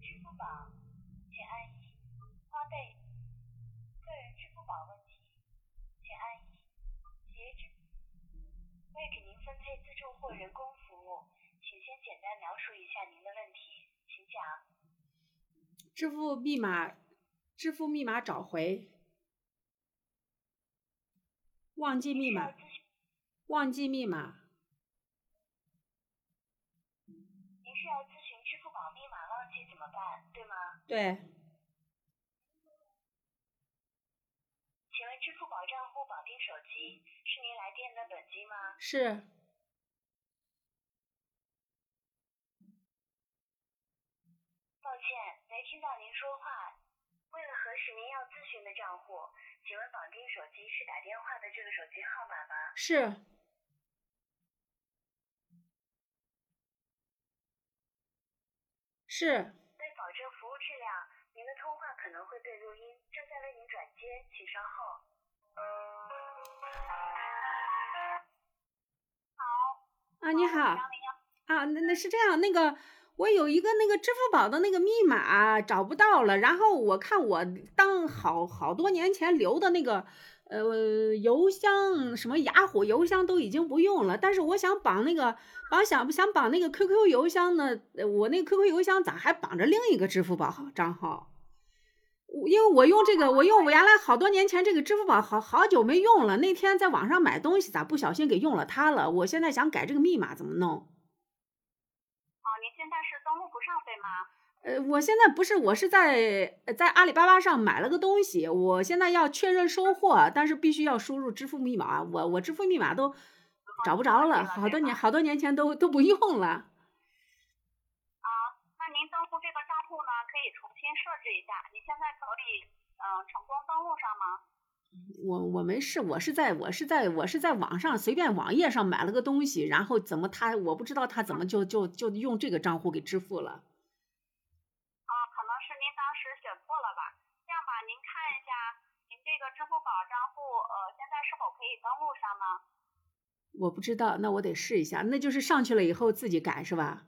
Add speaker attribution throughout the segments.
Speaker 1: 支付宝，请按一；花呗、个人支付宝问题，请按一；企业支为给您分配自助或人工服务，请先简单描述一下您的问题，请讲。
Speaker 2: 支付密码，支付密码找回，忘记密
Speaker 1: 需要
Speaker 2: 码，
Speaker 1: 咨询
Speaker 2: 忘记密码，
Speaker 1: 您是要咨询支付宝密码忘记怎么办，对吗？
Speaker 2: 对，
Speaker 1: 请问支付宝账户绑定手机是您来电的本机吗？
Speaker 2: 是
Speaker 1: 抱歉，没听到您说话。为了核实您要咨询的账户，请问绑定手机是打电话的这个手机号码吗？
Speaker 2: 是，是
Speaker 1: 为保证服务质量，您的通话可能会被录音，正在为您转接，请稍后。
Speaker 2: 啊，你好
Speaker 1: 幺零幺，
Speaker 2: 啊，那那是这样，那个我有一个那个支付宝的那个密码找不到了，然后我看我当好好多年前留的那个。呃，邮箱什么雅虎邮箱都已经不用了，但是我想绑那个绑想想绑那个 QQ 邮箱呢，呃我那 QQ 邮箱咋还绑着另一个支付宝号账号？我因为我用这个，我用我原来好多年前这个支付宝好好久没用了，那天在网上买东西咋不小心给用了它了？我现在想改这个密码怎么弄？
Speaker 1: 哦，您现在是登录不上对吗？啊
Speaker 2: 呃，我现在不是，我是在呃在阿里巴巴上买了个东西，我现在要确认收货，但是必须要输入支付密码，我我支付密码都找不着了，好多年好多年前都都不用了。
Speaker 1: 那您登录这个账户呢，可以重新设置一下。您现在可以嗯、呃成功登录上吗？
Speaker 2: 我我没事，我是在我是在我是在网上随便网页上买了个东西，然后怎么他我不知道他怎么就就就用这个账户给支付了。
Speaker 1: 啊，可能是您当时选错了吧。这样吧，您看一下您这个支付宝账户，呃，现在是否可以登录上呢？
Speaker 2: 我不知道，那我得试一下，那就是上去了以后自己改是吧？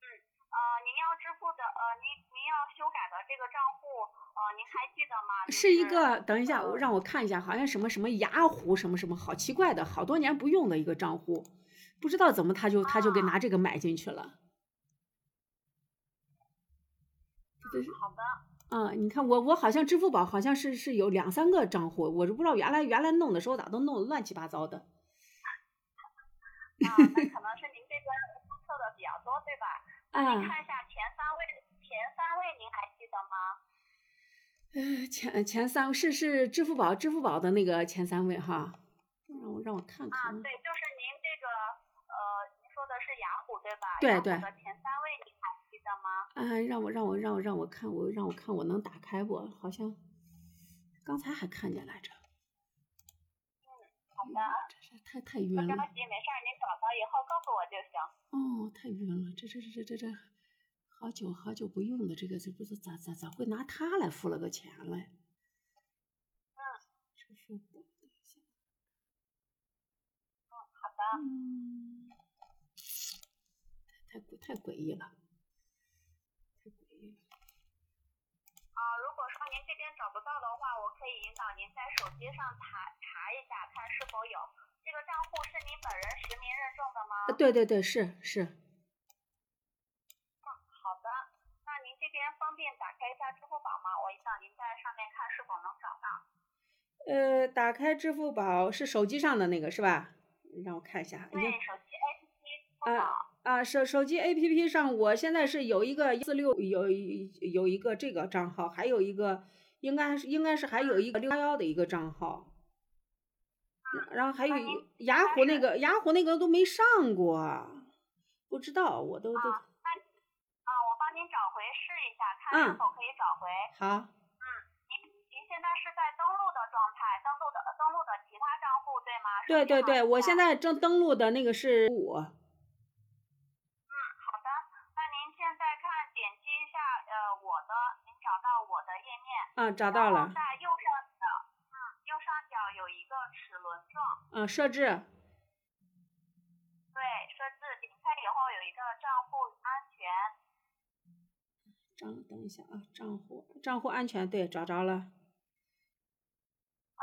Speaker 1: 呃，您要支付的，呃，您您要修改的这个账户，呃，您还记得吗？就是
Speaker 2: 一个，等一下，
Speaker 1: 呃
Speaker 2: 我让我看一下，好像什么什么雅虎什么什么，好奇怪的，好多年不用的一个账户，不知道怎么他就他就给拿这个买进去了。这是
Speaker 1: 好的，
Speaker 2: 啊、你看我我好像支付宝好像是是有两三个账户，我就不知道原来原来弄的时候咋都弄得乱七八糟的。
Speaker 1: 啊，那可能是您这边注册的比较多，对吧？您
Speaker 2: 啊，
Speaker 1: 看一下前三位，前三位您还记得吗？
Speaker 2: 呃前前三是是支付宝支付宝的那个前三位哈，让我让我看
Speaker 1: 啊，
Speaker 2: 看啊。
Speaker 1: 对，就是您这个，呃，您说的是雅虎对吧？
Speaker 2: 对
Speaker 1: 雅虎
Speaker 2: 对
Speaker 1: 的前三位您还记得吗？
Speaker 2: 啊，让我让我让我让我看我让我看我能打开不？好像刚才还看见来着，
Speaker 1: 好的，
Speaker 2: 真是太太
Speaker 1: 不
Speaker 2: 晕
Speaker 1: 着
Speaker 2: 了
Speaker 1: 急，没事儿，您找到以后告诉我就行。
Speaker 2: 哦，太晕了，这这这这这这好久好久不用的这个，这不是咋咋咋会拿它来付了个钱嘞？
Speaker 1: 嗯
Speaker 2: 支付宝，等一下
Speaker 1: 哦好的，
Speaker 2: 嗯，太太诡太诡异了，太诡异了。
Speaker 1: 啊，如果说您这边找不到的话，我可以引导您在手机上查查一下，看是否有。这个账户是您本人实名认证的吗？
Speaker 2: 啊，对对对，是是。
Speaker 1: 好的，那您这边方便打开一下支付宝吗？我引导您在上面看是否能找到。
Speaker 2: 呃，打开支付宝是手机上的那个是吧？让我看一下，哎呀
Speaker 1: 对，，手机 APP 支付宝。
Speaker 2: 啊啊，手手机 APP 上，我现在是有一个四六有一有一个这个账号，还有一个应该是应该是还有一个六幺幺的一个账号，然后还有
Speaker 1: 那
Speaker 2: 一
Speaker 1: 您
Speaker 2: 雅虎那
Speaker 1: 是
Speaker 2: 个雅虎那个都没上过，不知道我都都
Speaker 1: 啊啊，我帮您找回试一下，看是
Speaker 2: 嗯
Speaker 1: 否可以找回。
Speaker 2: 好
Speaker 1: 您现在是在登录的状态，登录的呃登录的其他账户对吗？
Speaker 2: 对对对，我现
Speaker 1: 在。
Speaker 2: 在正登录的那个是五，
Speaker 1: 好的，那您现在看点击一下呃我的，您找到我的页面，
Speaker 2: 啊，找
Speaker 1: 找
Speaker 2: 到了，
Speaker 1: 在右上角，嗯，右上角有一个齿轮状，
Speaker 2: 啊，设置，
Speaker 1: 对，设置点开以后有一个账户安全，
Speaker 2: 账等一下啊，账户账户安全对找着了。
Speaker 1: 嗯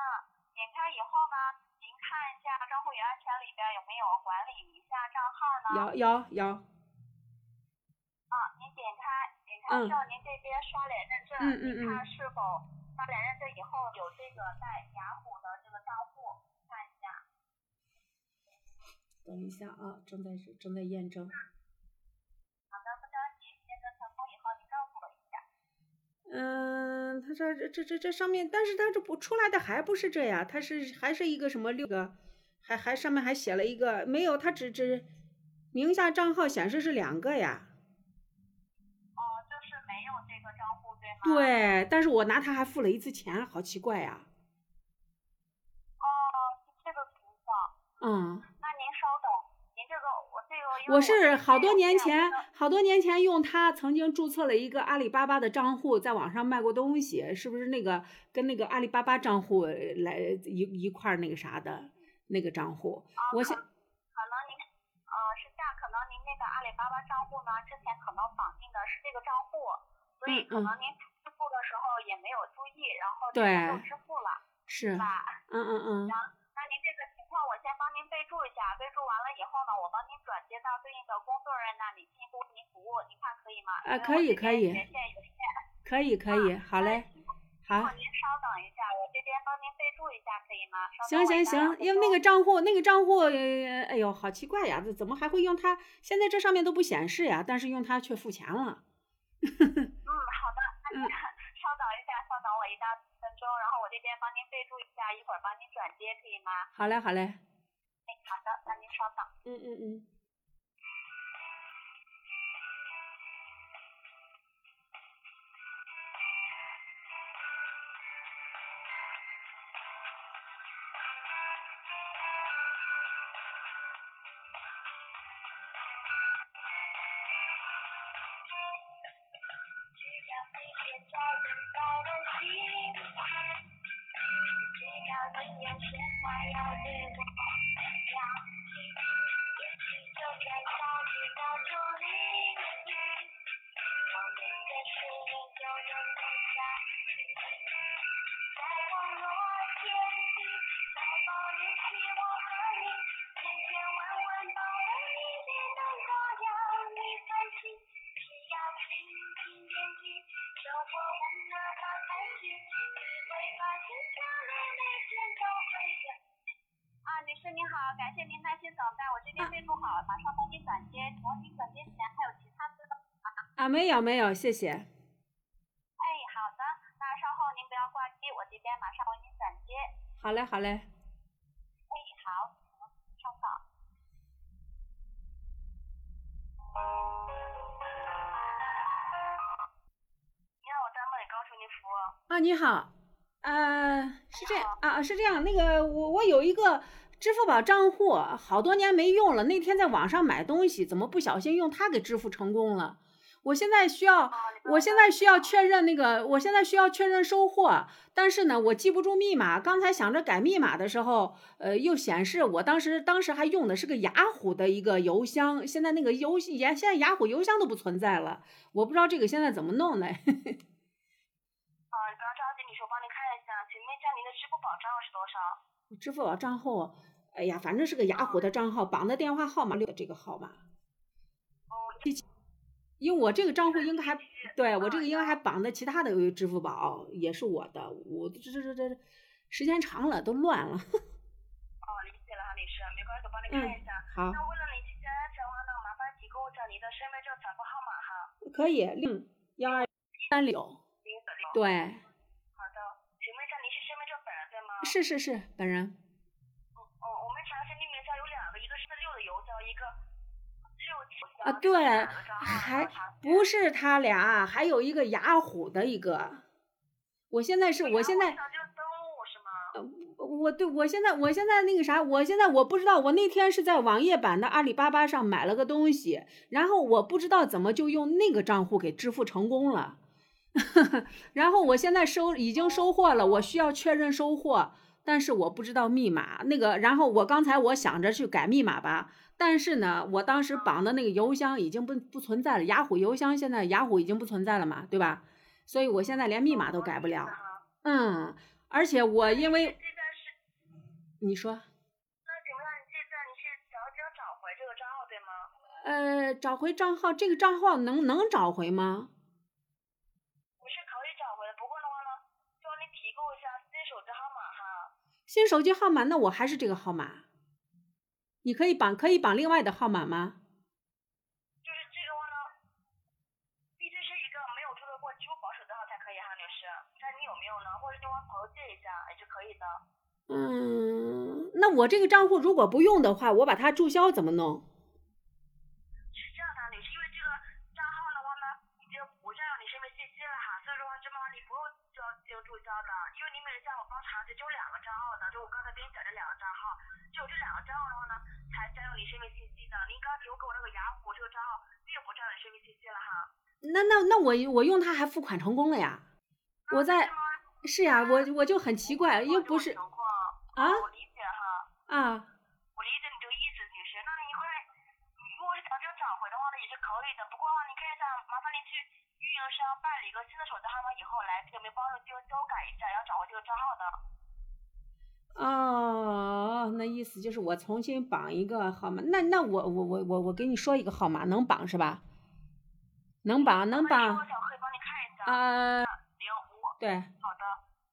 Speaker 1: 点开以后呢，您看一下账户与安全里边有没有管理名下账号呢？
Speaker 2: 有有有，
Speaker 1: 啊，您点开，点开之后，您这边刷脸认证，
Speaker 2: 嗯嗯嗯
Speaker 1: 您看是否刷脸认证以后有这个在雅虎的这个账户，看一下。
Speaker 2: 等一下啊，正在正在验证。
Speaker 1: 好的，不着急，验证成功以后您告诉我一下。
Speaker 2: 嗯，他这这这这这上面，但是他这不出来的还不是这样，他是还是一个什么六个，还还上面还写了一个没有，他只只名下账号显示是两个呀。
Speaker 1: 哦，就是没有这个账户对吗？。
Speaker 2: 对，但是我拿他还付了一次钱，好奇怪呀。
Speaker 1: 哦，是这个情况，
Speaker 2: 嗯，
Speaker 1: 那您稍等，您这个我这个因为
Speaker 2: 我是
Speaker 1: 这
Speaker 2: 好
Speaker 1: 边
Speaker 2: 多
Speaker 1: 有
Speaker 2: 年
Speaker 1: 这样
Speaker 2: 前
Speaker 1: 一个，
Speaker 2: 好多年前用他曾经注册了一个阿里巴巴的账户，在网上卖过东西，是不是那个跟那个阿里巴巴账户来一一块儿那个啥的那个账户？我想。
Speaker 1: 可能您呃是这样，呃可能您那个阿里巴巴账户呢，之前可能绑定的是这个账户，所以
Speaker 2: 嗯
Speaker 1: 可
Speaker 2: 嗯
Speaker 1: 能您支付的时候也没有注意，然后
Speaker 2: 对
Speaker 1: 您就支付了，
Speaker 2: 是
Speaker 1: 是，吧？
Speaker 2: 嗯嗯嗯，
Speaker 1: 那您这个情况我先帮您备注一下，备注完了以后呢，我帮您转接到对应的工作人员那里进一步为您服务，您看可以吗？
Speaker 2: 啊
Speaker 1: 因为
Speaker 2: 可
Speaker 1: 我
Speaker 2: 以
Speaker 1: 这
Speaker 2: 可
Speaker 1: 边
Speaker 2: 以
Speaker 1: 权限有限，
Speaker 2: 可以可以，好嘞，好
Speaker 1: 哎那，您稍等一下，我这边帮您备注一下，可以吗？稍等
Speaker 2: 行
Speaker 1: 我
Speaker 2: 行
Speaker 1: 一下两
Speaker 2: 行，
Speaker 1: 分
Speaker 2: 因为那
Speaker 1: 钟
Speaker 2: 个账户那个账户，呃哎呦，好奇怪呀，这怎么还会用它？现在这上面都不显示呀，但是用它却付钱了。
Speaker 1: 嗯，好的，那您 稍等一下，稍等我一到几分钟，然后我这边帮您备注一下，一会儿帮您转接，可以吗？
Speaker 2: 好嘞好嘞，
Speaker 1: 哎，好的，那您稍等。
Speaker 2: 嗯嗯嗯，
Speaker 1: 只要每天在等到了幸福，只要你眼神还要对我笑，也许就该早知道注定，我们的事就能够下去。在网络天地，怀抱一起我和你，千千万万宝贝也能够让你放心。只要轻轻惦记，生活温热和开心，你会发现将来每天都会更。啊，女士您好，感谢您耐心等待，我这边备注好了，马上帮您转接。请问您转接前还有其他资料吗？
Speaker 2: 啊没有没有，谢谢。
Speaker 1: 哎，好的，那稍后您不要挂机，我这边马上为您转接。
Speaker 2: 好嘞好嘞，
Speaker 1: 哎，好，稍等。您好，我在梦里高处您服务。
Speaker 2: 啊你好，呃是这啊啊是这样，那个我我有一个。支付宝账户好多年没用了，那天在网上买东西，怎么不小心用它给支付成功了？我现在需要
Speaker 1: 啊，
Speaker 2: 我现在需要确认那个，我现在需要确认收货，但是呢，我记不住密码。刚才想着改密码的时候，呃，又显示我当时当时还用的是个雅虎的一个邮箱，现在那个邮现现在雅虎邮箱都不存在了，我不知道这个现在怎么弄呢？
Speaker 1: 啊，不要着急，女士，我帮您看一下，请问一下您的支付宝账号是多少？
Speaker 2: 支付宝账户，哎呀，反正是个雅虎的账号，绑的电话号码六这个号码，
Speaker 1: 哦，
Speaker 2: 因为我这个账户应该 还
Speaker 1: 是
Speaker 2: 对我这个应该还绑的其他的支付宝也是我的，我这这这这时间长了都乱了，
Speaker 1: 哦，理解了哈，女士，没关系，我帮您看一下。
Speaker 2: 好
Speaker 1: 那。为了您进行安全的话呢，麻烦提供一下您的身份证采购号码哈。
Speaker 2: 可以，嗯，幺二三六，
Speaker 1: 您的零。
Speaker 2: 对，
Speaker 1: 好的，请问一下您是身份证本人对吗？
Speaker 2: 是是是，本人，
Speaker 1: 哦，我们查询您名下有两个，一个是六的邮箱，一个六邮箱。
Speaker 2: 啊
Speaker 1: 这
Speaker 2: 对
Speaker 1: 是哪个账号呢我
Speaker 2: 还
Speaker 1: 查询
Speaker 2: 不是他俩，还有一个雅虎的一个，我现在是，我现在呃
Speaker 1: 然，后就是登录是吗？
Speaker 2: 我对我现在，我现在那个啥，我现在我不知道，我那天是在网页版的阿里巴巴上买了个东西，然后我不知道怎么就用那个账户给支付成功了， 然后我现在收已经收货了，我需要确认收货，但是我不知道密码那个，然后我刚才我想着去改密码吧，但是呢，我当时绑的那个邮箱已经不不存在了，雅虎邮箱现在雅虎已经不存在了嘛，对吧？所以我现在连密码都改不
Speaker 1: 哦
Speaker 2: 了。嗯，而且我因为
Speaker 1: 这段是，
Speaker 2: 你说，
Speaker 1: 那请问这段你是找想找回这个账号对吗？
Speaker 2: 呃，找回账号，这个账号能能找回吗？
Speaker 1: 我是可以找回的，不过的话呢，需要你提供一下自己手机号码哈。
Speaker 2: 新手机号码，那我还是这个号码。你可以绑，可以绑另外的号码吗？
Speaker 1: 就是这个话呢，必须是一个没有注册过支付宝手机号才可以哈，女士。看你有没有呢，或者跟我朋友借一下也是可以的。
Speaker 2: 嗯，那我这个账户如果不用的话，我把它注销怎么弄？
Speaker 1: 是这样的，女士，因为这个账号的话呢，已经不占用你身份信息了哈，所以说这么你不用就要进行注销的，因为你每个下我帮查的就两个账号的，就我刚才给你讲这两个账号，只有这两个账号的话呢，才占用你身份信息的。您刚刚提供给我那个雅虎这个账号，并不占用你身份信息了哈。
Speaker 2: 那那那我我用它还付款成功了呀？我在
Speaker 1: 是吗
Speaker 2: 是呀，我我就很奇怪，又不
Speaker 1: 这
Speaker 2: 是
Speaker 1: 种情况
Speaker 2: 啊
Speaker 1: 我理解哈，
Speaker 2: 啊，
Speaker 1: 我理解你这个意思，女士。那你会，你如果是想这个找回的话呢，也是可以的。不过的话，你可以想麻烦您去运营商办理一个新的手机号码以后来这个帮助进行修改一下，要找回这个账号的。
Speaker 2: 哦，那意思就是我重新绑一个号码。那那我我我我我给你说一个号码，能绑是吧？能绑能
Speaker 1: 那
Speaker 2: 绑
Speaker 1: 我想可以帮你看一下。
Speaker 2: 啊，
Speaker 1: 零五，
Speaker 2: 对，
Speaker 1: 好的。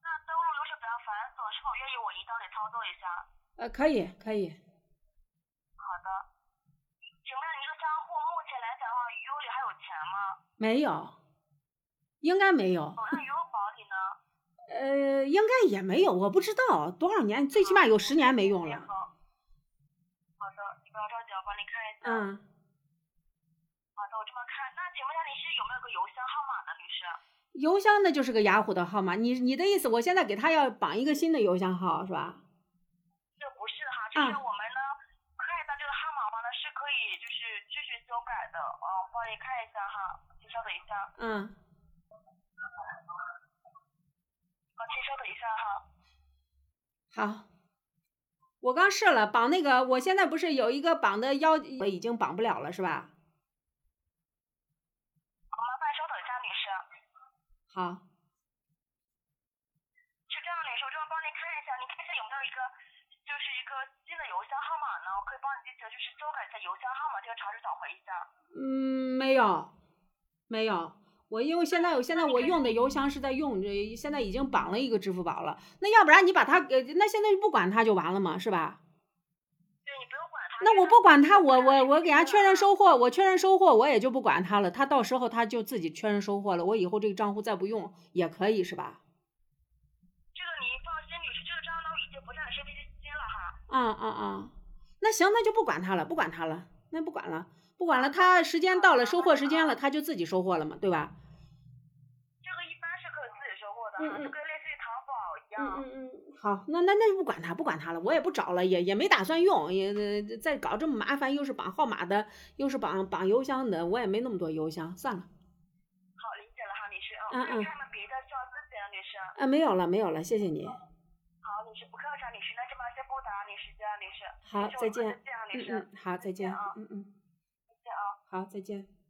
Speaker 1: 那登录流程比较繁琐，是否愿意我一道给操作一下？
Speaker 2: 呃，可以可以，
Speaker 1: 好的。请问您这个账户目前来讲的话，余额里还有钱吗？
Speaker 2: 没有，应该没有，
Speaker 1: 哦，那余额宝里呢？
Speaker 2: 呃，应该也没有，我不知道多少年，最起码有十年没用了。
Speaker 1: 好的，你不要着急，我帮你看一下。
Speaker 2: 嗯，
Speaker 1: 好的，我这么看。啊那请问一下，你是有没有个邮箱号码的，女士？
Speaker 2: 邮箱那就是个雅虎的号码。你你的意思，我现在给他要绑一个新的邮箱号是吧？
Speaker 1: 这不是哈，
Speaker 2: 嗯
Speaker 1: 就是我们呢，看一下这个号码话呢是可以就是继续修改的。嗯，我帮你看一下哈，请稍等一下，
Speaker 2: 嗯，
Speaker 1: 啊，请稍等一下哈。
Speaker 2: 好。我刚试了绑那个，我现在不是有一个绑的腰，我已经绑不了了是吧？
Speaker 1: 好，麻烦稍等一下，女士。
Speaker 2: 好，
Speaker 1: 是这样，女士，我这么帮您看一下，您看一下有没有一个就是一个新的邮箱号码呢？我可以帮你进行就是修改一下邮箱号码这个尝试找回一下。
Speaker 2: 嗯，没有，没有。我因为现在我现在我用的邮箱是在用，这现在已经绑了一个支付宝了。那要不然你把它呃，那现在就不管它就完了嘛，是吧？
Speaker 1: 对你不用管它。
Speaker 2: 那我不管它，我我我给它确认收货，我确认收货，我也就不管它了。它到时候它就自己确认收货了，我以后这个账户再不用也可以，是吧？
Speaker 1: 这个您放心，女士，这个账呢已经不占你身份信息了哈。
Speaker 2: 啊啊啊！那行，那就不管它了，不管它了，那不管了，不管了。它时间到了，收货时间了，它就自己收货了嘛，对吧？
Speaker 1: 这个一般是可以自己收货的
Speaker 2: 嗯
Speaker 1: 哈，
Speaker 2: 嗯
Speaker 1: 就跟类似于淘宝一样。
Speaker 2: 嗯嗯嗯，好，那那那就不管它，不管它了，我也不找了，也也没打算用，也呃再搞这么麻烦，又是绑号码的，又是绑绑邮箱的，我也没那么多邮箱，算了，
Speaker 1: 好，理解了哈，女士。哦
Speaker 2: 嗯嗯
Speaker 1: 看看别的需要咨询的女士。
Speaker 2: 啊，没有了，没有了，谢谢你，
Speaker 1: 哦好，女士不客气，啊，女士，那这边先不打扰你时间，啊，女士。
Speaker 2: 好，
Speaker 1: 女士
Speaker 2: 再
Speaker 1: 我们
Speaker 2: 见，
Speaker 1: 再见啊，女
Speaker 2: 嗯
Speaker 1: 士。
Speaker 2: 嗯，好，再见
Speaker 1: 啊，
Speaker 2: 嗯嗯，
Speaker 1: 再见啊。
Speaker 2: 好，再见。